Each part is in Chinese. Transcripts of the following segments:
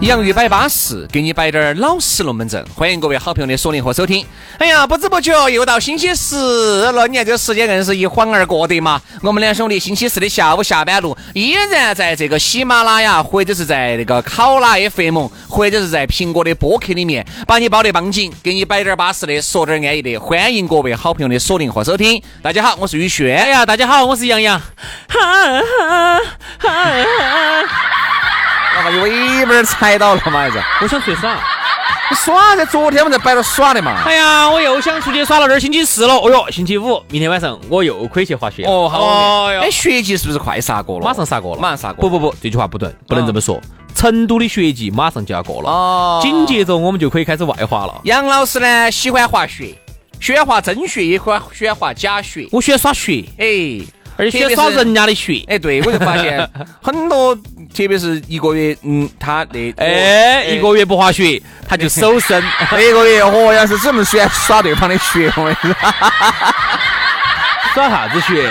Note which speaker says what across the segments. Speaker 1: 洋芋摆巴适，给你摆点儿老实龙门阵。欢迎各位好朋友的锁定和收听。哎呀，不知不觉又到星期四了，你看这时间硬是一晃而过的嘛。我们两兄弟星期四的下午下班路，依然在这个喜马拉雅，或者是在那个考拉 FM，或者是在苹果的播客里面，把你包得绑紧，给你摆点儿巴适的，说点儿安逸的。欢迎各位好朋友的锁定和收听。大家好，我是宇轩。哎呀，大家好，我是杨 洋。啊那么尾巴儿踩到了嘛，还是？
Speaker 2: 我想睡耍。
Speaker 1: 你耍噻，昨天我们在摆了耍的嘛。
Speaker 2: 哎呀，我又想出去耍了，这儿星期四了，哦哟，星期五，明天晚上我又可以去滑雪。
Speaker 1: 哦，好
Speaker 2: 哎
Speaker 1: 哎，学籍是不是快杀过了？
Speaker 2: 马上杀过了，
Speaker 1: 马上杀过
Speaker 2: 不
Speaker 1: 了。
Speaker 2: 不不，这句话不对，不能这么说。成都的雪季马上就要过了，
Speaker 1: 哦
Speaker 2: 紧接着我们就可以开始外滑了。
Speaker 1: 杨老师呢，喜欢滑雪，喜欢滑真雪，也喜欢喜欢滑假雪。
Speaker 2: 我喜欢耍雪，
Speaker 1: 哎，
Speaker 2: 而且喜欢耍
Speaker 1: 特别是
Speaker 2: 人。家的雪。
Speaker 1: 哎，对，我就 发现很多，特别是一个月，嗯，他的哦
Speaker 2: 哎，一个月不滑雪，他就手 生。
Speaker 1: 一个月，哦，要是这么喜欢耍对方的雪，我跟你说，
Speaker 2: 耍啥子雪？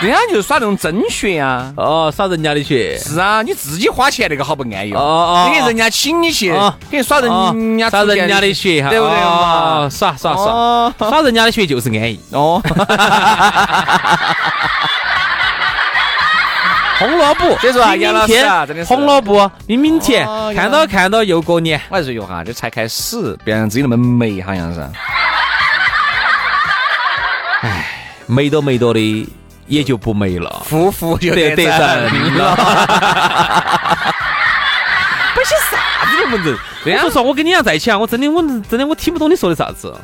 Speaker 1: 人家就是耍那种真雪啊。
Speaker 2: 哦，耍人家的雪。
Speaker 1: 是啊，你自己花钱那个好不安逸
Speaker 2: 哦哦哦
Speaker 1: 因为人家请你去
Speaker 2: 哦，
Speaker 1: 给你耍人家
Speaker 2: 耍
Speaker 1: 出去
Speaker 2: 人家的雪哈，
Speaker 1: 对不对嘛
Speaker 2: 哦？耍耍耍，
Speaker 1: 哦
Speaker 2: 耍人家的雪就是安逸。
Speaker 1: 哦，
Speaker 2: 红萝卜，
Speaker 1: 所以说啊
Speaker 2: 明明
Speaker 1: 杨老师啊
Speaker 2: 天
Speaker 1: 真的是
Speaker 2: 红萝卜，明明甜
Speaker 1: 哦，
Speaker 2: 看到看到又过年。
Speaker 1: 我还是说哈，这才开始，别让自己那么美哈，杨生。
Speaker 2: 没多没多的，也就不没了。
Speaker 1: 夫妇就
Speaker 2: 得得人了，不是啥子龙门阵。
Speaker 1: 对啊
Speaker 2: 我说实话我跟你俩在一起啊，我真的我真的我听不懂你说的啥子。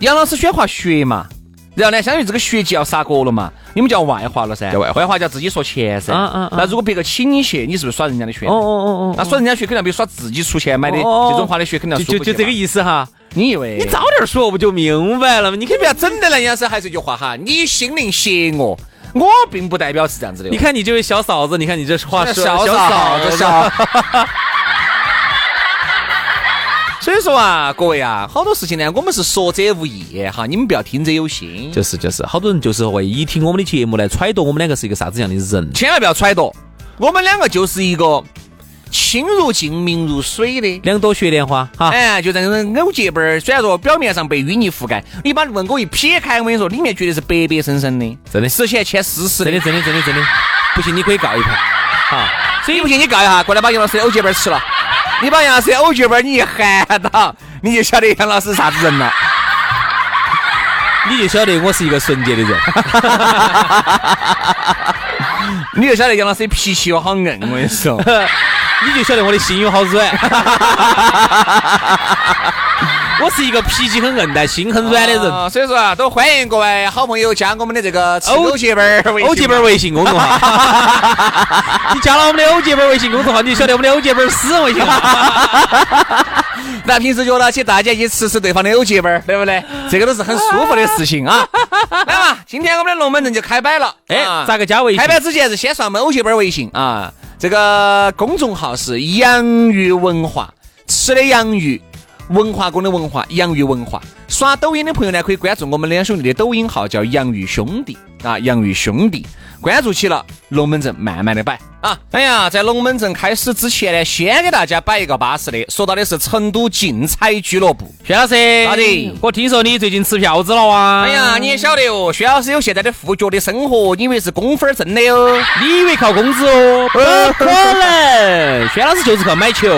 Speaker 1: 杨老师喜欢滑雪嘛，然后呢，相当于这个雪季要杀过了嘛，你们叫外滑了噻，
Speaker 2: 叫外
Speaker 1: 滑，叫自己说钱噻。
Speaker 2: 啊啊啊
Speaker 1: 那如果别个请你去，你是不是耍人家的雪？
Speaker 2: 哦哦哦
Speaker 1: 那
Speaker 2: 哦，
Speaker 1: 耍人家雪肯定要比耍自己出钱买的
Speaker 2: 哦哦哦
Speaker 1: 这种花的雪肯定要
Speaker 2: 就
Speaker 1: 舒服
Speaker 2: 就就这个
Speaker 1: 些嘛，哎
Speaker 2: 意思哈。
Speaker 1: 你以为？
Speaker 2: 你早点说不就明白了吗？你看
Speaker 1: 你不要整的来，杨生还是一句话哈，你心灵邪恶，我并不代表是这样子的。
Speaker 2: 你看你这位小嫂子，你看你这话说
Speaker 1: 小嫂子 小。所以说啊，各位啊，好多事情呢，我们是说者无意哈，你们不要听者有心，
Speaker 2: 就是就是，好多人就是会一听我们的节目来揣度我们两个是一个啥子样的人。
Speaker 1: 千万不要揣度。我们两个就是一个清如镜、明如水的，
Speaker 2: 两朵雪莲花哈，
Speaker 1: 哎，就这种藕结瓣儿。虽然说表面上被淤泥覆盖，你把门钩一撇开，我跟你说，里面绝对是白白生生的，
Speaker 2: 真的
Speaker 1: 十钱钱实实
Speaker 2: 真
Speaker 1: 的
Speaker 2: 的。真的真的真的，不信你可以告一盘啊。
Speaker 1: 所以不信你告一下，过来把杨老师的藕结瓣儿吃了。你把杨老师的藕结瓣儿你一含到，你就晓得杨老师是啥子人了。
Speaker 2: 你就晓得我是一个纯洁的人。
Speaker 1: 你就晓得杨老师的脾气有好硬，我跟你 说。
Speaker 2: 你就晓得我的心有好哎软。 我是一个脾气很硬但心很软的人。
Speaker 1: 啊所以说啊，都欢迎各位好朋友加我们的这个吃
Speaker 2: 欧
Speaker 1: 藕结瓣儿微信
Speaker 2: 欧杰本微信公众号， 你加了我们的欧杰本微信公众号，你就晓得我们的欧杰本私人微信号。
Speaker 1: 那平时约到起，大家一起吃吃对方的藕结瓣儿，对不对？这个都是很舒服的事情啊。来嘛，今天我们的龙门阵就开摆了。
Speaker 2: 哎
Speaker 1: 啊，
Speaker 2: 咋个加微信
Speaker 1: 开？摆之前是先上我们藕结瓣儿微信啊，这个公众号是洋芋文化，吃的洋芋。文化宫的文化，洋芋文化。刷抖音的朋友呢，可以关注我们两兄弟的抖音号，叫“洋芋兄弟”啊，“洋芋兄弟”。关注起了，龙门阵慢慢的摆啊。哎呀，在龙门阵开始之前呢，先给大家摆一个巴适的，说到的是成都竞彩俱乐部。
Speaker 2: 薛老师
Speaker 1: 咋的，
Speaker 2: 我听说你最近吃票子了啊哇？
Speaker 1: 哎呀，你也晓得哦，薛老师有现在的富脚的生活，你以为是工分儿挣的哦？
Speaker 2: 你以为靠工资哦？不可能，薛老师就是靠买球。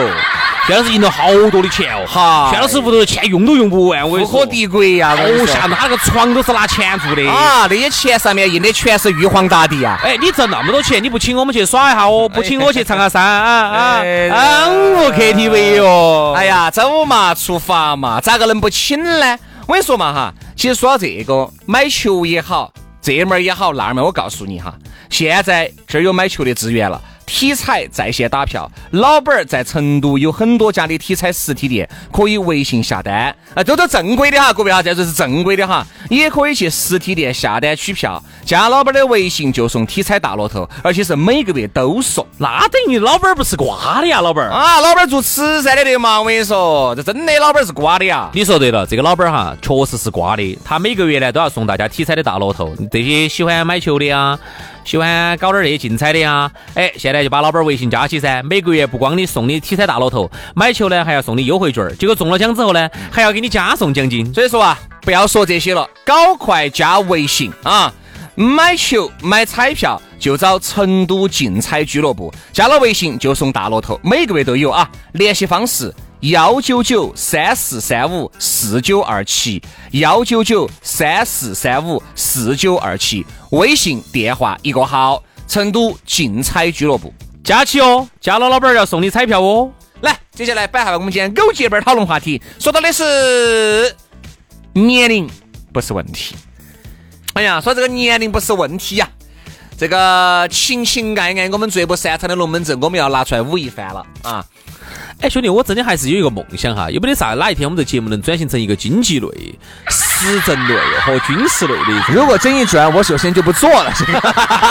Speaker 2: 薛老师赢了好多的钱哦，
Speaker 1: 哈
Speaker 2: 薛老师屋头的钱用都用不完，我跟
Speaker 1: 富
Speaker 2: 你说
Speaker 1: 可敌国呀！我跟
Speaker 2: 哦
Speaker 1: 你，说
Speaker 2: 下哪个床都是拿钱住的。
Speaker 1: 啊，那些钱上面印的全是玉皇大帝啊呀！
Speaker 2: 哎，你挣那么多钱，你不请我们去耍一下哦？不请我去唱下山啊啊
Speaker 1: 哎
Speaker 2: 啊！我 KTV 哟！
Speaker 1: 哎呀，走嘛，出发嘛，咋个能不请呢？我跟你说嘛哈，其实说到这个，买球也好，这门儿也好，那门儿，我告诉你哈，现在这儿有买球的资源了。体彩在线打票，老板儿在成都有很多家的体彩实体店，可以微信下单啊，都都正规的哈，各位哈，这就是正规的哈，也可以去实体店下单取票，加老板儿的微信就送体彩大乐透，而且是每个月都送。
Speaker 2: 那等于老板儿不是瓜的呀，老板儿。
Speaker 1: 啊，老板儿做慈善的得嘛，我跟你说，这真的老板儿是瓜的呀。
Speaker 2: 你说对了，这个老板儿哈，确实是瓜的。他每个月呢都要送大家体彩的大乐透，这些喜欢买球的呀，喜欢搞点儿这些竞彩的呀，哎，现在就把老板儿微信加起噻。每个月不光你送你体彩大乐透，买球呢还要送你优惠券儿，结果中了奖之后呢，还要给你加送奖金。
Speaker 1: 所以说啊，不要说这些了，搞快加微信啊！买球买彩票就找成都竞彩俱乐部，加了微信就送大乐透，每个月都有啊。联系方式：幺九九三四三五四九二七，幺九九三四三五四九二七，微信电话一个号，成都竞彩俱乐部。
Speaker 2: 加起哦，加了老板儿要送你彩票哦。
Speaker 1: 来，接下来摆下我们今天狗结本讨论话题，说到的是年龄不是问题。哎呀，说这个年龄不是问题呀、这个情情爱爱，我们最不擅长的龙门阵，我们要拿出来舞一番了啊！
Speaker 2: 哎，兄弟，我真的还是有一个梦想哈，有没得啥哪一天我们这节目能转型成一个经济类、时政类和军事类的一种？
Speaker 1: 如果真一转，我首先就不做了，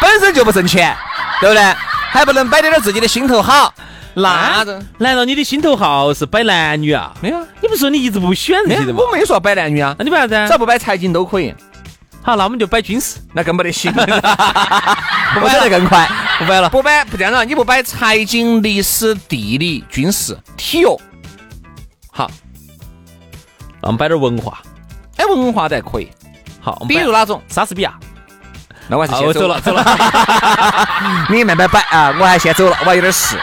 Speaker 1: 本身就不挣钱，对不对？还不能摆点点自己的心头好，那哎
Speaker 2: 啊难道你的心头好是摆男女啊？
Speaker 1: 没有啊，
Speaker 2: 你不是说你一直不选
Speaker 1: 没
Speaker 2: 这些的吗
Speaker 1: 有，？我没说摆男女啊
Speaker 2: 那，你摆啥子啊
Speaker 1: 只？要不摆财经都可以，
Speaker 2: 好，那我们就摆军事。
Speaker 1: 那更没得 行，我摆得更快。
Speaker 2: 不摆了，
Speaker 1: 不摆不这样子啊，你不摆财经、历史、地理、军事、体育，好，
Speaker 2: 那我们摆点文化。
Speaker 1: 哎，文化还可以，
Speaker 2: 好，我们
Speaker 1: 比
Speaker 2: 摆
Speaker 1: 如哪种？
Speaker 2: 莎士比亚。
Speaker 1: 那我还
Speaker 2: 啊
Speaker 1: 是先
Speaker 2: 我走
Speaker 1: 走
Speaker 2: 了，走了。
Speaker 1: 你慢慢摆啊，我还先走了，我还有点事。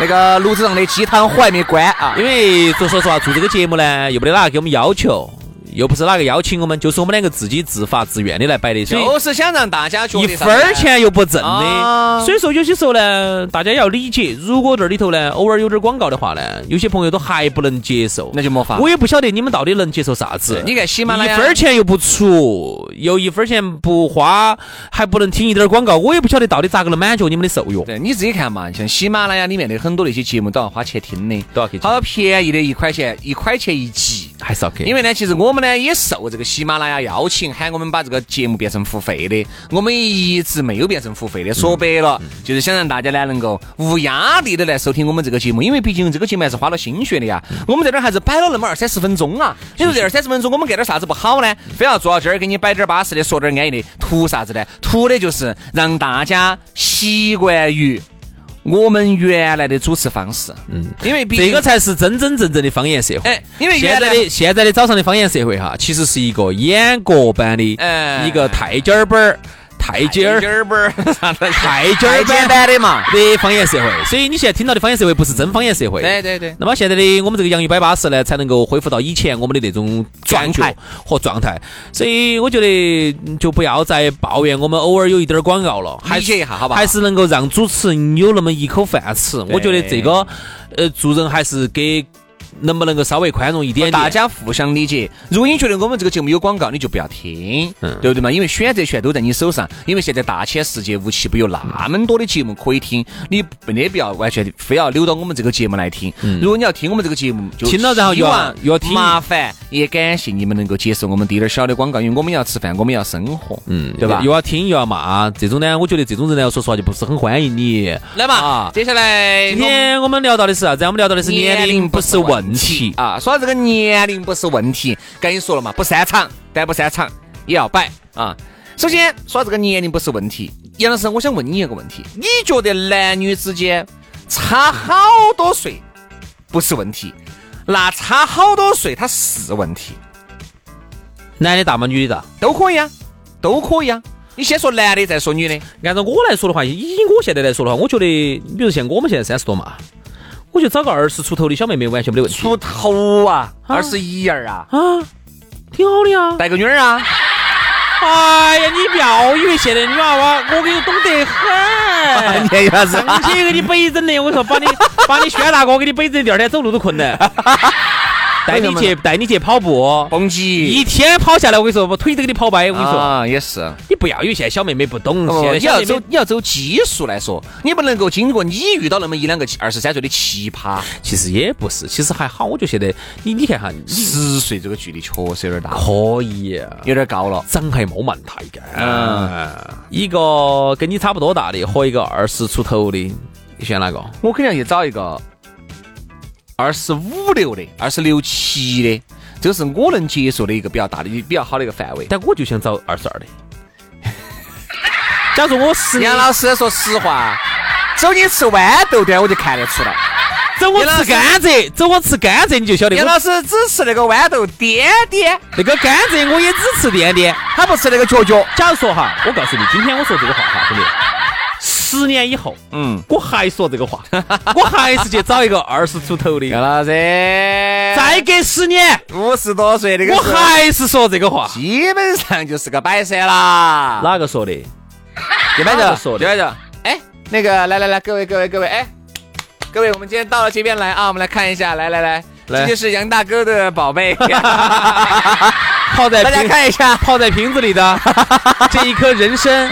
Speaker 1: 那个炉子上的鸡汤火还没关啊，
Speaker 2: 因为说说实话，做这个节目呢，又没得哪个给我们要求，又不是哪个邀请我们，就是我们两个自己自发自愿的来摆的，所以
Speaker 1: 就是想让大家觉
Speaker 2: 一
Speaker 1: 得啥
Speaker 2: 分
Speaker 1: 子呢
Speaker 2: 儿，钱又不挣
Speaker 1: 啊
Speaker 2: 的，所以说有些时候呢，大家要理解。如果这里头呢，偶尔有点广告的话呢，有些朋友都还不能接受，
Speaker 1: 那就没法
Speaker 2: 我也不晓得你们到底能接受啥子
Speaker 1: 对。你看喜马拉雅
Speaker 2: 一分儿钱又不出，又一分儿钱不花，还不能听一点儿广告，我也不晓得到底咋个能满足你们的受用。
Speaker 1: 对，你自己看嘛，像喜马拉雅里面的很多那些节目都要花钱听的，
Speaker 2: 都要去听
Speaker 1: 好便宜的一块钱，一块钱一集。
Speaker 2: 还是要给，
Speaker 1: 因为呢，其实我们呢也受这个喜马拉雅邀请，喊我们把这个节目变成付费的，我们一直没有变成付费的。说白了，
Speaker 2: 嗯
Speaker 1: 就是想让大家呢能够无压力的来收听我们这个节目，因为毕竟这个节目还是花了心血的呀。
Speaker 2: 嗯
Speaker 1: 我们在这儿还是摆了那么二三十分钟啊，你说这二三十分钟我们干点啥子不好呢？非要坐到这儿给你摆点儿巴适的，说点儿安逸的，图啥子呢？图的就是让大家习惯于。我们原来的主持方式，嗯，因为毕竟
Speaker 2: 这个才是真真正正的方言社会。
Speaker 1: 哎因为
Speaker 2: 现
Speaker 1: 原来
Speaker 2: 在的现在的早上的方言社会哈，其实是一个演角版的
Speaker 1: 哎
Speaker 2: 一个太监儿本儿、太监儿、
Speaker 1: 儿 本儿啥子，
Speaker 2: 太监
Speaker 1: 太
Speaker 2: 儿
Speaker 1: 简
Speaker 2: 版
Speaker 1: 单的嘛，
Speaker 2: 的方言社会。所以你现在听到的方言社会不是真方言社会。
Speaker 1: 哎对对对。
Speaker 2: 那么现在的我们这个洋芋摆巴士呢，才能够恢复到以前我们的那种感觉
Speaker 1: 状态
Speaker 2: 和状态。所以我觉得嗯就不要再抱怨我们偶尔有一点儿广告了，还
Speaker 1: 理
Speaker 2: 是
Speaker 1: 解一下好不好？
Speaker 2: 还是能够让主持人有那么一口饭吃。我觉得这个呃，做人还是给能不能够稍微宽容一点点。
Speaker 1: 大家互相理解。如果你觉得我们这个节目有广告，你就不要听，对不对嘛？因为选择权都在你手上。因为现在大千世界无奇不有，那么多的节目可以听，你没得必要完全非要留到我们这个节目来听。如果你要嗯听我们这个节目，就
Speaker 2: 听了然后又要
Speaker 1: 希望
Speaker 2: 又要听
Speaker 1: 麻烦也感谢你们能够接受我们滴点儿小的广告，因为我们要吃饭，我们要生活，嗯，对吧
Speaker 2: 又？要听又要骂，这种呢，我觉得这种人呢，说实话就不是很欢迎你。
Speaker 1: 来嘛
Speaker 2: 啊，
Speaker 1: 接下来
Speaker 2: 今天我们聊到的是啥子？我们聊到的是年龄不是问题。
Speaker 1: 啊！说到这个年龄不是问题，跟你说了嘛，不擅长但不擅长也要摆啊。首先说到这个年龄不是问题，杨老师，我想问你一个问题：你觉得男女之间差好多岁不是问题，那差好多岁它是问题，
Speaker 2: 男的大吗？女的大？
Speaker 1: 都可以啊，都可以啊。你先说男的，再说女的。
Speaker 2: 按照我来说的话，以我现在来说的话，我觉得，比如像我们现在三十多嘛，我觉得找个二十出头的小妹妹完全没得问题，
Speaker 1: 出头啊，二十一二啊，
Speaker 2: 啊，挺好的呀。
Speaker 1: 带个女儿 啊，
Speaker 2: 哎呀，你不要以为现在女娃娃，我跟你懂得很。
Speaker 1: 你啥子？
Speaker 2: 上去给哎你北整的，我说把你 把你轩大哥给你北整，第二天走路都困难。 带你去带你去跑步，
Speaker 1: 蹦极
Speaker 2: 一天跑下来，我跟你说，我腿都给你跑掰。我跟你说，
Speaker 1: 啊，也是。
Speaker 2: 你不要以为现在小妹妹不懂，现
Speaker 1: 哦，
Speaker 2: 在
Speaker 1: 你
Speaker 2: 小
Speaker 1: 要
Speaker 2: 妹
Speaker 1: 走
Speaker 2: 妹，
Speaker 1: 你要走基数来说，你不能够经过你遇到那么一两个二十三岁的奇葩，
Speaker 2: 其实也不是，其实还好。我觉得现在你你看哈，你
Speaker 1: 十岁这个距离确实有点大，
Speaker 2: 可以。啊
Speaker 1: 有点高了。
Speaker 2: 长还没蛮大一个，嗯，一个跟你差不多大的和一个二十出头的，你选哪个？
Speaker 1: 我肯定要去找一个二十五六的、二十六七的，这个是我能接受的一个比较大的、比较好的一个范围。
Speaker 2: 但我就想找二十二的。 假如我十年
Speaker 1: 杨老师说实话，走你吃豌豆颠，我就看得出来。
Speaker 2: 走我
Speaker 1: 杨老
Speaker 2: 吃
Speaker 1: 师
Speaker 2: 甘蔗，走我吃甘蔗，你就晓得
Speaker 1: 杨
Speaker 2: 我
Speaker 1: 老师只吃那个豌豆颠颠，
Speaker 2: 那个甘蔗我也只吃点点。
Speaker 1: 他不吃那个角角。
Speaker 2: 假如说哈，我告诉你，今天我说这个话哈，兄弟，十年以后，
Speaker 1: 嗯，
Speaker 2: 我还说这个话，我还是去找一个二十出头
Speaker 1: 杨
Speaker 2: 的。
Speaker 1: 老师，
Speaker 2: 再给十年，
Speaker 1: 五十多岁那个
Speaker 2: 我
Speaker 1: 时候
Speaker 2: 还是说这个话。
Speaker 1: 基本上就是个摆设啦。
Speaker 2: 哪个说的？
Speaker 1: 就摆
Speaker 2: 哪个
Speaker 1: 着，
Speaker 2: 说
Speaker 1: 就
Speaker 2: 的
Speaker 1: 摆着。哎，那个，来来来，各位各位各位，哎，各位，我们今天到了街边来啊，我们来看一下，来来来，
Speaker 2: 来
Speaker 1: 这就是杨大哥的宝贝，
Speaker 2: 泡在
Speaker 1: 大家
Speaker 2: 瓶
Speaker 1: 看一下。
Speaker 2: 泡在瓶子里的这一颗人参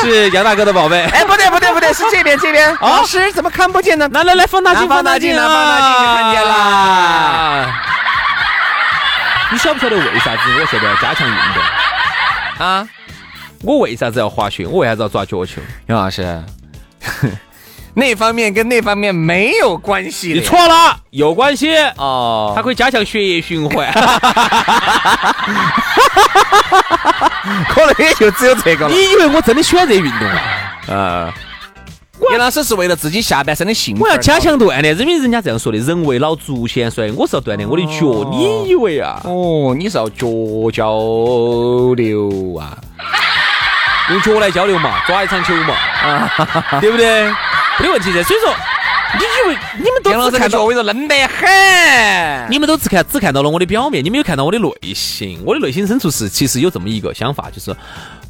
Speaker 2: 是杨大哥的宝贝。
Speaker 1: 哎，不对不对不对，是这边这边。哦老师怎么看不见呢？
Speaker 2: 来来来，放大镜，
Speaker 1: 拿放大镜
Speaker 2: 啊
Speaker 1: 拿放大镜就看见啦。
Speaker 2: 你晓不晓得为啥子我现在要加强运动？
Speaker 1: 啊，
Speaker 2: 我为啥子要滑雪？我为啥子要抓脚球？
Speaker 1: 杨老师， 那方面跟那方面没有关系的。
Speaker 2: 你错了，有关系。
Speaker 1: 哦，
Speaker 2: 它可以加强血液循环，
Speaker 1: 可能也就只有这个 了。
Speaker 2: 你以为我真的喜欢这运动 啊？
Speaker 1: 呃，杨老师是为了自己下半身的兴奋。
Speaker 2: 我要加。强锻炼，因为人家这样说的，人为老足先衰，我是要锻炼我的脚。你以为啊？
Speaker 1: 哦，你是要脚交流啊？
Speaker 2: 用脚来交流嘛，抓一场球嘛，啊， 对不对？没问题噻。所以说，你以为你们
Speaker 1: 杨老
Speaker 2: 都
Speaker 1: 师
Speaker 2: 只
Speaker 1: 看
Speaker 2: 看
Speaker 1: 脚
Speaker 2: 到，
Speaker 1: 位置嫩得很。
Speaker 2: 你们都只看只看到了我的表面，你没有看到我的内心。我的内心深处是其实有这么一个想法，就是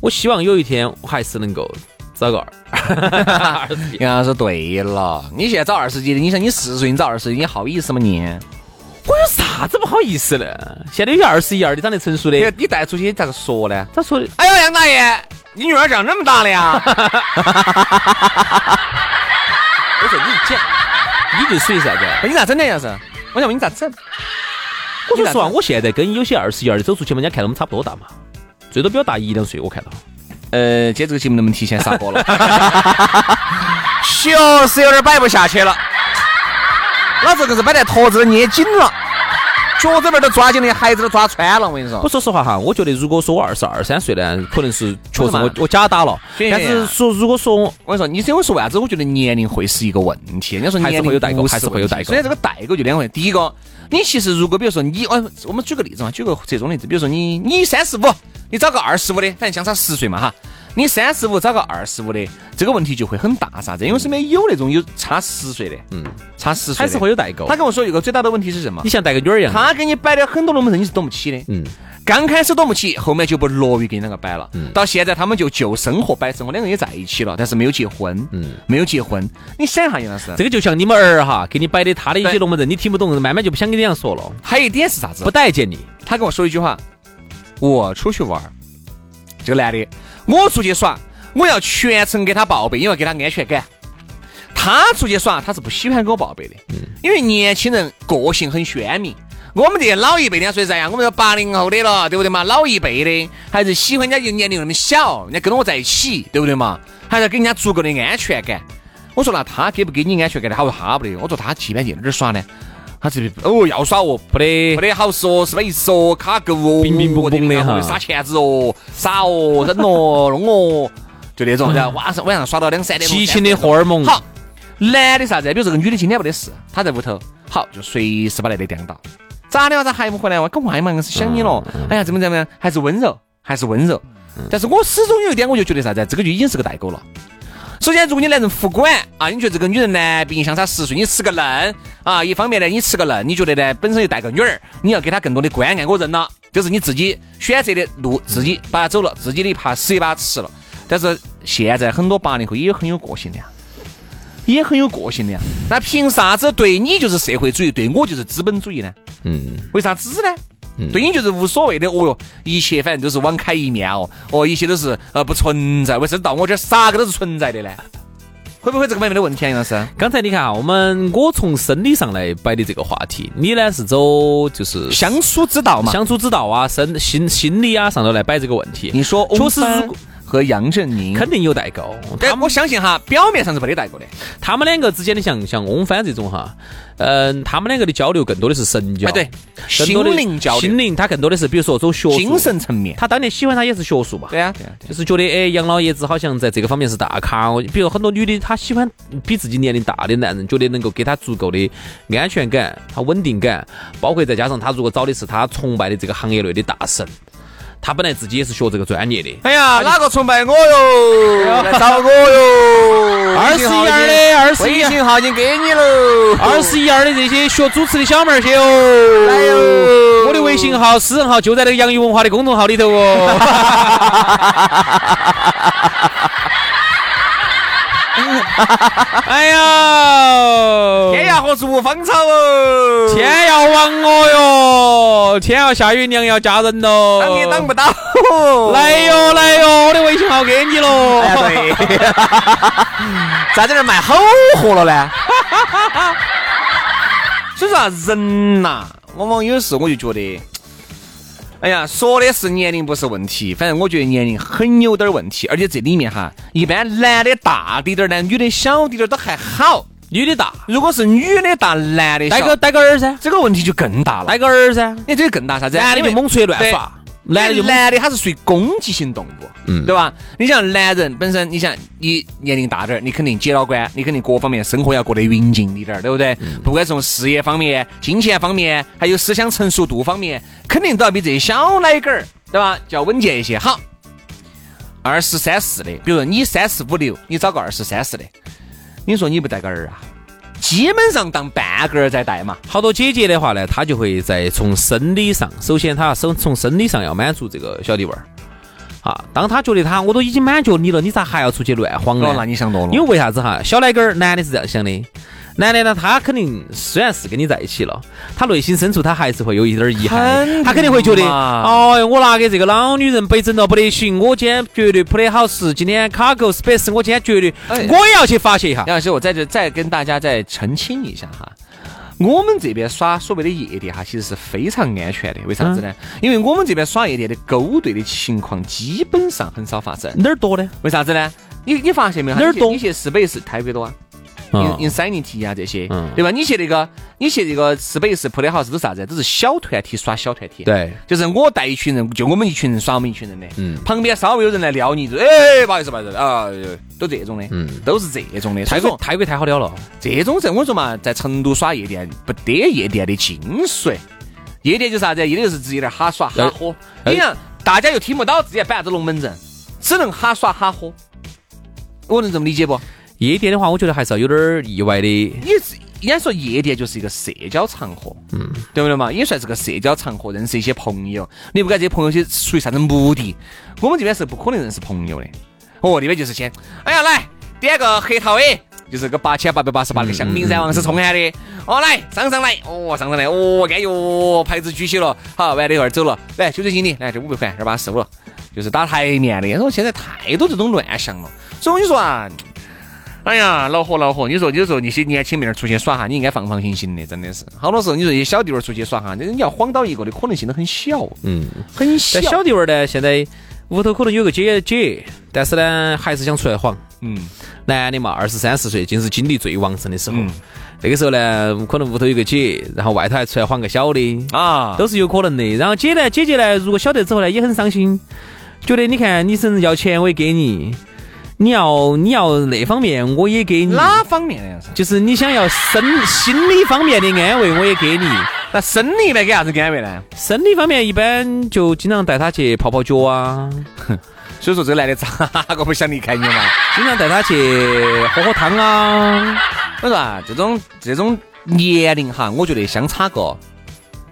Speaker 2: 我希望有一天我还是能够找个二二 十几
Speaker 1: 杨老师对了，你现在找二十几的，你想你四十岁，你找二十，你好意思吗你？
Speaker 2: 我有啥子不好意思的？现在有些二十一二的长得成熟的，
Speaker 1: 你带出去咋个说呢？
Speaker 2: 他说的
Speaker 1: 哎呦，杨大爷，你女儿长这么大 了呀？
Speaker 2: 我说你讲，你就属于啥子？
Speaker 1: 你咋整的，杨老师？我想问你咋整？
Speaker 2: 我就说啊，
Speaker 1: 你咋整
Speaker 2: 我现在跟有些二十一二的走出去嘛，人家看到我们差不多大嘛，最多比我大一两岁，我看到。
Speaker 1: 呃，今天这个节目能不能提前杀播 了？就是有点摆不下去了，老子可是摆在坨子都捏紧了，脚趾边都抓紧的，鞋子都抓穿了，我跟你说
Speaker 2: 我。说实话哈，我觉得如果说我二十二三岁呢，可能是确实
Speaker 1: 真的
Speaker 2: 我
Speaker 1: 吗
Speaker 2: 我假打了，
Speaker 1: 对
Speaker 2: 但是说如果说我
Speaker 1: 我跟你说，你这我说为啥子？我觉得年龄会是一个问题。人家说
Speaker 2: 还是
Speaker 1: 年龄
Speaker 2: 会有代沟
Speaker 1: 不
Speaker 2: 还是会有代沟
Speaker 1: 问题所以这个代沟就两个问题。第一个，你其实如果比如说你，我我们举个例子嘛，举个折中例子，比如说你你三十五，你找个二十五的，反正相差十岁嘛哈。你三十五找个二十五的，这个问题就会很大啥子？因为身边有那种有差十岁的，嗯，差十岁的
Speaker 2: 还是会有代沟
Speaker 1: 他。跟我说有个最大的问题是什么
Speaker 2: 你？像带个女儿一样，
Speaker 1: 他给你摆的很多龙门阵，你是懂不起的。
Speaker 2: 嗯，
Speaker 1: 刚开始懂不起，后面就不乐于跟那个摆了。到现在他们就就生活摆生活，两个人也在一起了，但是没有结婚。嗯，没有结婚。你想一下，杨老师，
Speaker 2: 这个就像你们儿哈，给你摆的他的一些
Speaker 1: 对
Speaker 2: 龙门阵，你听不懂，慢慢就不想跟你这样说了，
Speaker 1: 还有一点是啥子
Speaker 2: 不？待见你。
Speaker 1: 他跟我说一句话，我出去玩儿，这个男的，我出去耍，我要全程给他报备，因为给他安全感。他出去耍，他是不喜欢给我报备的，因为年轻人个性很鲜明。我们这些老一辈的，说实在呀，我们都八零后的了，对不对嘛？老一辈的还是喜欢人家就年龄那么小，人家跟我在一起，对不对嘛？还是要给人家足够的安全感。我说那他给不给你安全感呢？他说他不得。我说他一般去哪儿耍呢？他这边哦要耍哦，
Speaker 2: 不得
Speaker 1: 没得好说，是吧？一说卡够哦，
Speaker 2: 冰冰蹦蹦的哈
Speaker 1: 撒钱子哦，撒哦，忍哦， 弄哦，就那种，然后晚上晚上耍到两三点钟。
Speaker 2: 激情嗯的荷尔蒙，
Speaker 1: 好，男的啥子？比如这个女的今天没得事，她在屋头，好就随时把那个颠倒。咋的嘛？咋还不回来哇？赶快嘛！硬是想你了。
Speaker 2: 嗯
Speaker 1: 哎呀，怎么怎么样？还是温柔，还是温柔。但是我始终有一点，我就觉得啥子？这个就已经是个代沟了。首先，如果你男人服管啊，你觉得这个女人呢，毕竟相差十岁，你吃个嫩啊，一方面呢，你吃个嫩，你觉得呢，本身就带个女儿，你要给她更多的关爱。我认了，这是你自己选择的路，自己把它走了，自己的怕屎也把它吃了。但是现在很多八零后也很有个性的呀。也很有个性的呀。那凭啥子对你就是社会主义，对我就是资本主义呢？嗯，为啥子呢？
Speaker 2: 嗯
Speaker 1: 对你就是无所谓的，哦哟，一切反正都是网开一面哦，哦，一切都是呃不存在，为啥到我这儿啥个都是存在的呢？ 会不会这个方面的问题啊，杨老师？
Speaker 2: 刚才你看啊，我们我从生理上来摆的这个话题，你呢是走就是
Speaker 1: 相处之道嘛，
Speaker 2: 相处之道啊、生心心理啊上头来摆这个问题，
Speaker 1: 你说
Speaker 2: 确
Speaker 1: 欧
Speaker 2: 实
Speaker 1: 三
Speaker 2: 如果
Speaker 1: 和杨振宁，
Speaker 2: 肯定有代沟。
Speaker 1: 但哎我相信哈，表面上是没得代沟的。
Speaker 2: 他们两个之间的像像翁帆这种哈，嗯、他们两个的交流更多的是神交，
Speaker 1: 哎，对，
Speaker 2: 更多的
Speaker 1: 心灵交
Speaker 2: 心
Speaker 1: 流，
Speaker 2: 灵他更多的是比如说走学术，
Speaker 1: 精神层面，
Speaker 2: 他当年喜欢他也是学术吧，
Speaker 1: 对啊，对啊，对啊
Speaker 2: 就是觉得哎，杨老爷子好像在这个方面是大咖哦。比如很多女的，她喜欢比自己年龄大的男人，觉得能够给她足够的安全感、她稳定感，包括再加上她如果找的是她崇拜的这个行业内的大神，她本来自己也是学这个专业的。
Speaker 1: 哎呀，哪个崇拜我 哟？来找我哟！
Speaker 2: 二十一二的，二十
Speaker 1: 微
Speaker 2: 一啊
Speaker 1: 信号已经给你喽。
Speaker 2: 二十一二的这些学主持的小妹儿些哦，
Speaker 1: 来哟
Speaker 2: 我的微信号、私人号就在那个洋芋文化的公众号里头哦。 哎呀，
Speaker 1: 天涯何处无芳草哦！
Speaker 2: 天要亡我哟！天要下雨，娘要嫁人喽！
Speaker 1: 挡也挡不到哦。
Speaker 2: 来哟来哟，我的微信号给你喽。
Speaker 1: 哎呀，对， 咋在这儿卖吼货了呢？ 所以说啊，人呐、往往有时候我就觉得，哎呀，说的是年龄不是问题，反正我觉得年龄很有点儿问题，而且这里面哈，一般男的大滴点儿呢，女的小滴点儿都还好。
Speaker 2: 女的大，
Speaker 1: 如果是女的大，男的
Speaker 2: 带
Speaker 1: 小，
Speaker 2: 个带个儿噻，
Speaker 1: 这个问题就更大了
Speaker 2: 带。个儿噻。
Speaker 1: 你哎这个更大啥子？
Speaker 2: 男的就
Speaker 1: 因为
Speaker 2: 猛吹乱
Speaker 1: 对
Speaker 2: 耍，男的就猛
Speaker 1: 男的他是属于攻击性动物，嗯，对吧？你像男人本身，你想你年龄大点儿，你肯定结了婚，你肯定各方面生活要过得匀尽一点儿，对不对？
Speaker 2: 嗯
Speaker 1: 不管从事业方面、金钱方面，还有思想成熟度方面，肯定都要比这些小奶狗儿，对吧？就要稳健一些。好，二十三四的，比如说你三十五六，你找个二十三四的，你说你不带个儿啊？基本上当半个儿在带嘛，
Speaker 2: 好多姐姐的话呢，她就会在从生理上，首先她首从生理上要满足这个小弟妹儿。啊，当她觉得她我都已经满足你了，你咋还要出去啊乱晃呢
Speaker 1: 哦，那？你想多了。
Speaker 2: 因为为啥子哈？小奶狗儿男的是这样想的，男的呢，他肯定虽然是跟你在一起了，他内心深处他还是会有一点儿遗
Speaker 1: 肯定
Speaker 2: 憾，
Speaker 1: 嘛
Speaker 2: 他肯定会觉得，哎呦，我拿给这个老女人被整到不得行，我今天绝对 play 好是今天 cargo space，我今天绝对
Speaker 1: 哎
Speaker 2: 我也要去发泄一下。
Speaker 1: 杨老师，我在这再跟大家再澄清一下哈，我们这边耍所谓的夜店哈，其实是非常安全的。为啥子呢？
Speaker 2: 嗯
Speaker 1: 因为我们这边耍夜店的勾兑的情况基本上很少发生。
Speaker 2: 哪儿多呢？
Speaker 1: 为啥子呢？你你发现没有？
Speaker 2: 哪儿
Speaker 1: 你去
Speaker 2: 懂
Speaker 1: 你去四北是泰国多啊
Speaker 2: 嗯
Speaker 1: ，in insanity 啊这些
Speaker 2: 嗯，
Speaker 1: 对吧？你去那个你去那个四北是 play house 都是啥子？都是小团体耍小团体。。
Speaker 2: 对，
Speaker 1: 就是我带一群人，就我们一群人耍我们一群人的，
Speaker 2: 嗯
Speaker 1: 旁边稍微有人来撩你，就哎，不好意思，不好意思啊，都这种的，
Speaker 2: 嗯
Speaker 1: 都是这种的。所
Speaker 2: 泰
Speaker 1: 以说
Speaker 2: 国泰国太好了了。
Speaker 1: 这种人，我说嘛，在成都耍夜店不得夜店的精髓。夜店就是啥子？夜店就是直接点哈耍哈喝。
Speaker 2: 哎
Speaker 1: 你看，大家又听不到自己摆啥子龙门阵，只能哈耍哈喝。我能这么理解不？
Speaker 2: 夜店的话，我觉得还是要有点儿意外的。
Speaker 1: 你是应该说夜店就是一个社交场合，嗯，对不对嘛？也算是个社交场合，认识一些朋友。你不管这些朋友些属于啥子目的，我们这边是不可能认识朋友的。哦，那边就是先，哎呀，来点个黑桃 A，就是个八千八百八十八个香槟噻，王是冲喊的。哦，来上上来，哦上上来，哦哎哟，牌子举起了，好，完了一会儿走了，来酒水经理，来这五百块，这把收了，就是打台面的。我说现在太多这种乱象了，所以我就说啊。哎呀，恼火恼火！你说，有时候那些年轻妹儿出去耍哈，你应该放放心心的，真的是。好多时候，你说一些小弟儿出去耍哈，那你要晃到一个的可能性都很小，
Speaker 2: 嗯，
Speaker 1: 很
Speaker 2: 但小弟们儿呢，现在屋头可能有个姐姐，但是呢，还是想出来晃。
Speaker 1: 嗯，
Speaker 2: 男的嘛，二十三四岁，竟是精力最旺盛的时候。那个时候呢，可能屋头有个姐，然后外头还出来晃个小的，
Speaker 1: 啊，
Speaker 2: 都是有可能的。然后姐呢，姐姐呢，如果晓得之后呢，也很伤心，觉得你看你甚至要钱我也给你，你要你要那方面我也给你，
Speaker 1: 哪方面的呀？是
Speaker 2: 就是你想要身心理方面的安慰我也给你。
Speaker 1: 那生理呢？给啥子安慰呢？
Speaker 2: 生理方面一般就经常带他去泡泡脚啊，
Speaker 1: 所以说这个男的咋个不想离开你嘛？
Speaker 2: 经常带他去喝喝汤啊。
Speaker 1: 我说啊，这种这种年龄哈，我觉得相差个，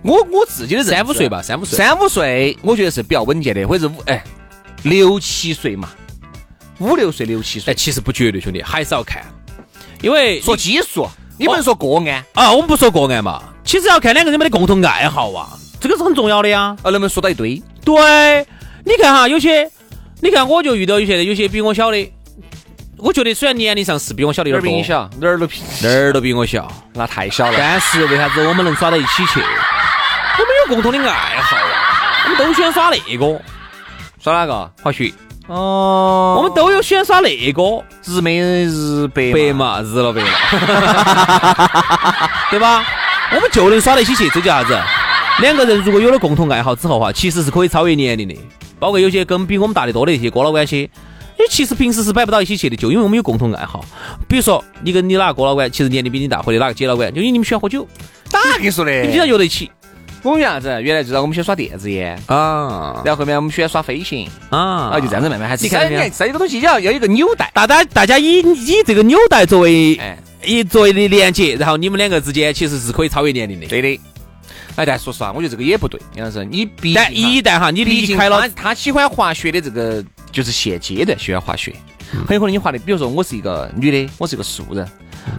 Speaker 1: 我我自己的认
Speaker 2: 三五
Speaker 1: 知
Speaker 2: 岁吧，，三五岁。
Speaker 1: 三五岁我觉得是比较稳健的，或者是五哎六七岁嘛，五六岁六七
Speaker 2: 哎，
Speaker 1: 岁，
Speaker 2: 其实不绝对，兄弟，还是要看，因为
Speaker 1: 说基数，你不能说个案，
Speaker 2: 啊，我们不说个案嘛，其实要看两个人们的共同爱好啊，这个是很重要的呀。
Speaker 1: 呃，能不能说到一堆？
Speaker 2: 对，你看哈，有些，你看我就遇到有些有些比我小的，我觉得虽然年龄上是比我小的
Speaker 1: 哪
Speaker 2: 有
Speaker 1: 儿比
Speaker 2: 点
Speaker 1: 你
Speaker 2: 多，
Speaker 1: 小？哪儿都比
Speaker 2: 哪儿都比我小，
Speaker 1: 那太小 了。
Speaker 2: 但是为啥子我们能耍到一起去？我们有共同的爱好啊，我们都喜欢耍那个
Speaker 1: 耍哪个？
Speaker 2: 滑雪，
Speaker 1: 哦
Speaker 2: 我
Speaker 1: 我
Speaker 2: 们
Speaker 1: 们都
Speaker 2: 都有喜欢耍那个
Speaker 1: 日美日白
Speaker 2: 白，嘛，日了白 了，对吧？我们就能耍得起去，这叫啥子？两个人如果有了共同爱好之后哈，其实是可以超越年龄的，包括有些跟比我们大得多的一些哥老倌些，因为其实平时是摆不到一起去的，就因为我们有共同爱好。比如说你跟你哪个哥老倌，其实年龄比你大，或者哪个姐老倌，就因为你们喜欢喝酒，
Speaker 1: 哪跟你说的？
Speaker 2: 你们经常约在一起
Speaker 1: 我们啥子？原来就是我们喜欢耍电子烟，
Speaker 2: 啊
Speaker 1: 然后后面我们喜欢耍飞行，
Speaker 2: 啊
Speaker 1: 然后就这样子慢慢还是。
Speaker 2: 你看到没有
Speaker 1: 三三个东西要要有一个纽带，
Speaker 2: 大家大家以以这个纽带作为
Speaker 1: 哎，
Speaker 2: 以作为的连接，然后你们两个之间其实是可以超越年龄的。
Speaker 1: 对的。哎，但说实话，我觉得这个也不对，杨老师，你毕
Speaker 2: 但一旦哈你
Speaker 1: 毕
Speaker 2: 离
Speaker 1: 竟
Speaker 2: 开了
Speaker 1: 他他喜欢滑雪的这个就是现阶段喜欢滑雪，很有可能你滑的，比如说我是一个女的，我是一个素人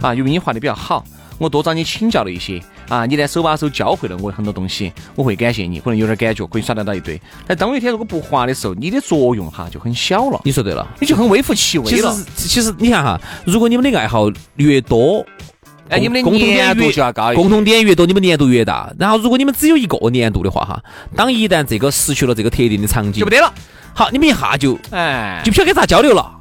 Speaker 1: 啊，由于你滑的比较好，我多找你请教了一些啊，你呢手把手教会了我很多东西，我会感谢你，可能有点感觉，可以耍得到一堆。但当有一天如果不滑的时候，你的作用哈就很小了，
Speaker 2: 你说对了。
Speaker 1: 你就很微乎其
Speaker 2: 其
Speaker 1: 微
Speaker 2: 实
Speaker 1: 了。
Speaker 2: 是其实你看哈，如果你们的爱好越多，
Speaker 1: 哎，你们的
Speaker 2: 共同
Speaker 1: 粘
Speaker 2: 点
Speaker 1: 度
Speaker 2: 越
Speaker 1: 就要高一点。
Speaker 2: 共同点越多，你们粘度越大。然后如果你们只有一个粘度的话哈，当一旦这个失去了这个特定的场景
Speaker 1: 就不，得了，
Speaker 2: 好，你们一下就
Speaker 1: 哎，
Speaker 2: 就不晓得该咋交流了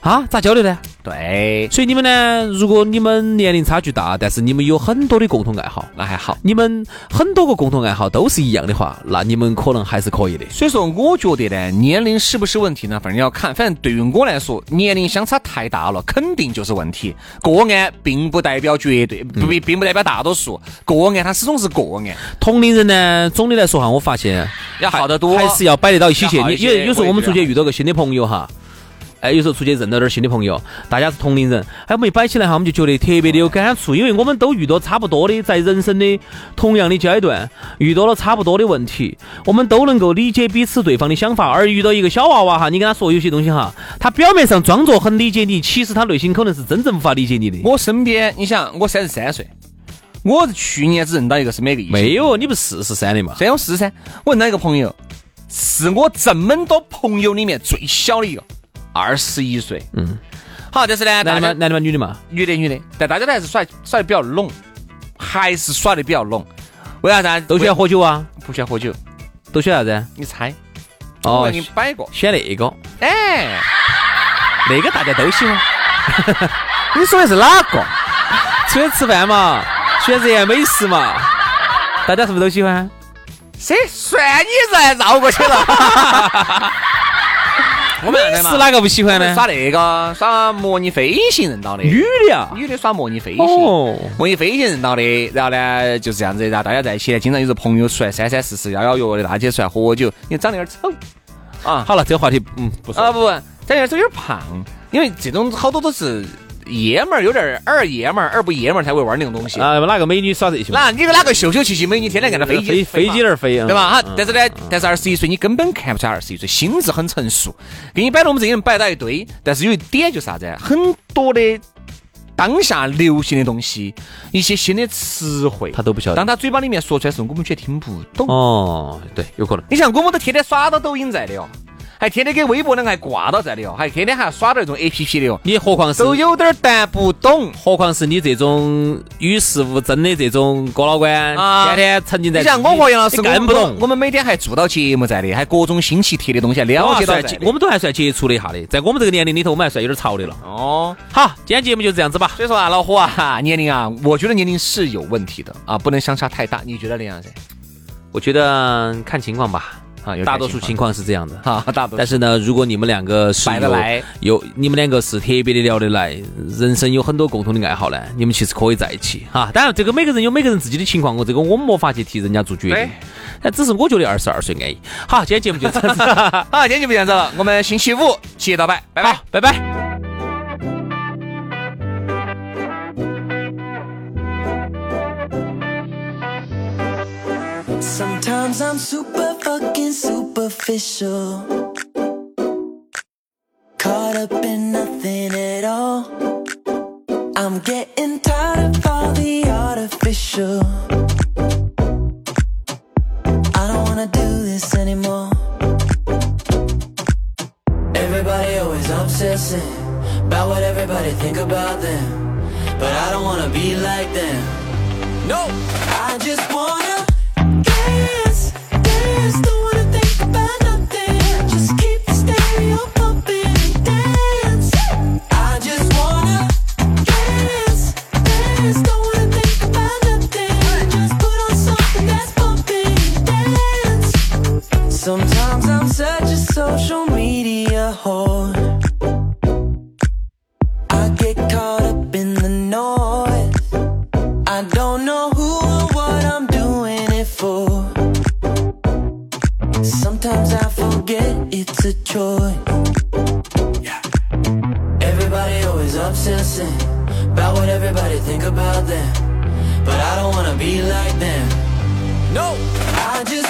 Speaker 2: 啊？咋交流呢？
Speaker 1: 对，
Speaker 2: 所以你们呢，如果你们年龄差距大，但是你们有很多的共同爱好，
Speaker 1: 那还好。
Speaker 2: 你们很多个共同爱好都是一样的话，那你们可能还是可以的。
Speaker 1: 所以说，我觉得呢，年龄是不是问题呢？反正要看。反正对于我来说，年龄相差太大了，肯定就是问题。个案并不代表绝对，不
Speaker 2: 嗯
Speaker 1: 并不代表大多数。个案它始终是个案，
Speaker 2: 同龄人呢，总的来说哈，我发现
Speaker 1: 要好得多。
Speaker 2: 还是要摆得到一起去。
Speaker 1: 要好
Speaker 2: 你
Speaker 1: 一
Speaker 2: 因为
Speaker 1: 些
Speaker 2: 有时候
Speaker 1: 我也
Speaker 2: 我们
Speaker 1: 觉
Speaker 2: 出
Speaker 1: 得
Speaker 2: 去遇到个新的朋友哈，哎，有时候出去认到点儿新的朋友，大家是同龄人，哎，我们一摆起来哈，我们就觉得特别的有感触，因为我们都遇到差不多的，在人生的同样的阶段，遇到了差不多的问题，我们都能够理解彼此对方的想法。而遇到一个小娃娃哈，你跟他说有些东西哈，他表面上装作很理解你，其实他内心可能是真正无法理解你的。
Speaker 1: 我身边，你想，我三十三岁，我去年只认到一个身边一个异性，
Speaker 2: 没有，你不是四十三的嘛？
Speaker 1: 虽然我是噻，我认到一个朋友，是我这么多朋友里面最小的一个，二十一岁。
Speaker 2: 嗯，
Speaker 1: 好，但是呢，
Speaker 2: 男
Speaker 1: 大
Speaker 2: 的
Speaker 1: 家
Speaker 2: 嘛，男的嘛，女的嘛？
Speaker 1: 女的女的，但大家都还是耍耍的比较拢，还是耍的比较拢。为啥子？
Speaker 2: 都喜欢喝酒啊？
Speaker 1: 不喜欢喝酒？
Speaker 2: 都喜欢啥子？
Speaker 1: 你猜？我
Speaker 2: 哦
Speaker 1: 给，你摆个。
Speaker 2: 选那个，
Speaker 1: 哎，
Speaker 2: 那个大家都喜欢。
Speaker 1: 你说的是哪个？
Speaker 2: 出去吃饭嘛，喜欢热爱美食嘛，大家是不是都喜欢？
Speaker 1: 谁算你人绕过去了？ 我们
Speaker 2: 是哪个不喜欢呢？
Speaker 1: 耍那个耍模拟飞行认到的，
Speaker 2: 女的呀。
Speaker 1: 女的耍模拟飞行。
Speaker 2: 哦，
Speaker 1: 模拟飞行认到的，然后呢就是这样子，然后大家在一起呢，经常有时候朋友出来三三四四幺幺约的，大家出来喝酒，你长得有点丑啊，
Speaker 2: 好了，这个话题嗯不说
Speaker 1: 啊
Speaker 2: 了。
Speaker 1: 不，但是这有点胖，因为这种好多都是爷们儿，有点儿二爷们儿、二不爷们儿才会玩那种东西。
Speaker 2: 啊，哪个美女耍这些嘛？
Speaker 1: 那你跟哪个秀秀气气美女，天天看到飞
Speaker 2: 飞
Speaker 1: 机
Speaker 2: 飞机
Speaker 1: 嘛
Speaker 2: 那儿飞啊，
Speaker 1: 对吧？哈
Speaker 2: 嗯，
Speaker 1: 但是呢，但是二十一岁你根本看不出来二十一岁，心智很成熟。给你摆到我们这些人摆到一堆，但是有一点就是啥子？很多的当下流行的东西，一些新的词汇，
Speaker 2: 他都不晓
Speaker 1: 当
Speaker 2: 得。
Speaker 1: 他嘴巴里面说出来的时候，我们却听不懂。
Speaker 2: 哦，对，有可能。
Speaker 1: 你像我们都天天耍到抖音在的哦，还天天给微博那个还挂到在的哦，还天天还要耍到那种 A P P 的哦，
Speaker 2: 你何况是
Speaker 1: 都有点儿但不懂。
Speaker 2: 何况是你这种与世无争的这种哥老倌，
Speaker 1: 啊
Speaker 2: 天天沉浸在
Speaker 1: 你
Speaker 2: 自己。
Speaker 1: 像我和杨老师，
Speaker 2: 你
Speaker 1: 我
Speaker 2: 更
Speaker 1: 们
Speaker 2: 不
Speaker 1: 我
Speaker 2: 懂。
Speaker 1: 们每天还做到节目在的，还各种新奇特的东西还了
Speaker 2: 我
Speaker 1: 解到
Speaker 2: 还
Speaker 1: 在
Speaker 2: 算
Speaker 1: 的。
Speaker 2: 我们都还算接触了一下的，在我们这个年龄里头，我们还算有点潮的了。
Speaker 1: 哦，
Speaker 2: 好，今天节目就这样子吧。
Speaker 1: 所以说啊，老胡啊，年龄啊，我觉得年龄是 有问题的啊，不能相差太大。你觉得那样子？
Speaker 2: 我觉得看情况吧。
Speaker 1: 啊有
Speaker 2: 大多数
Speaker 1: 感情
Speaker 2: 情况是这样的。
Speaker 1: 哈，大多
Speaker 2: 但是呢，如果你们两个是
Speaker 1: 摆得
Speaker 2: 有
Speaker 1: 来，
Speaker 2: 有你们两个是特别的聊得来，人生有很多共同的爱好呢，你们其实可以在一起哈。当然，这个每个人有每个人自己的情况，我这个我没法去替人家做决定
Speaker 1: 对。
Speaker 2: 但只是我觉得二十二岁安逸。好，今天节目就这样子，
Speaker 1: 好，今天就不这样子了，我们星期五七点到摆，拜拜
Speaker 2: 好。，拜拜。
Speaker 3: Sometimes I'm super fucking superficial. Caught up in nothing at all. I'm getting tired of all the artificial. I don't wanna do this anymore. Everybody always obsessing about what everybody think about them. But I don't wanna be like them. No, I just wanna dance, dance. Don't wanna think about nothing. Just keep the stereo pumping and dance. I just wanna dance, dance. Don't wanna think about nothing. Just put on something that's pumping and dance. Sometimes I'm such a social media whore. I get caught up in the noise. I don't know who or what I'm doing it for. Sometimes I forget it's a choice. Everybody always obsessing about what everybody think about them, but I don't wanna be like them. No, I just E, E, E, E,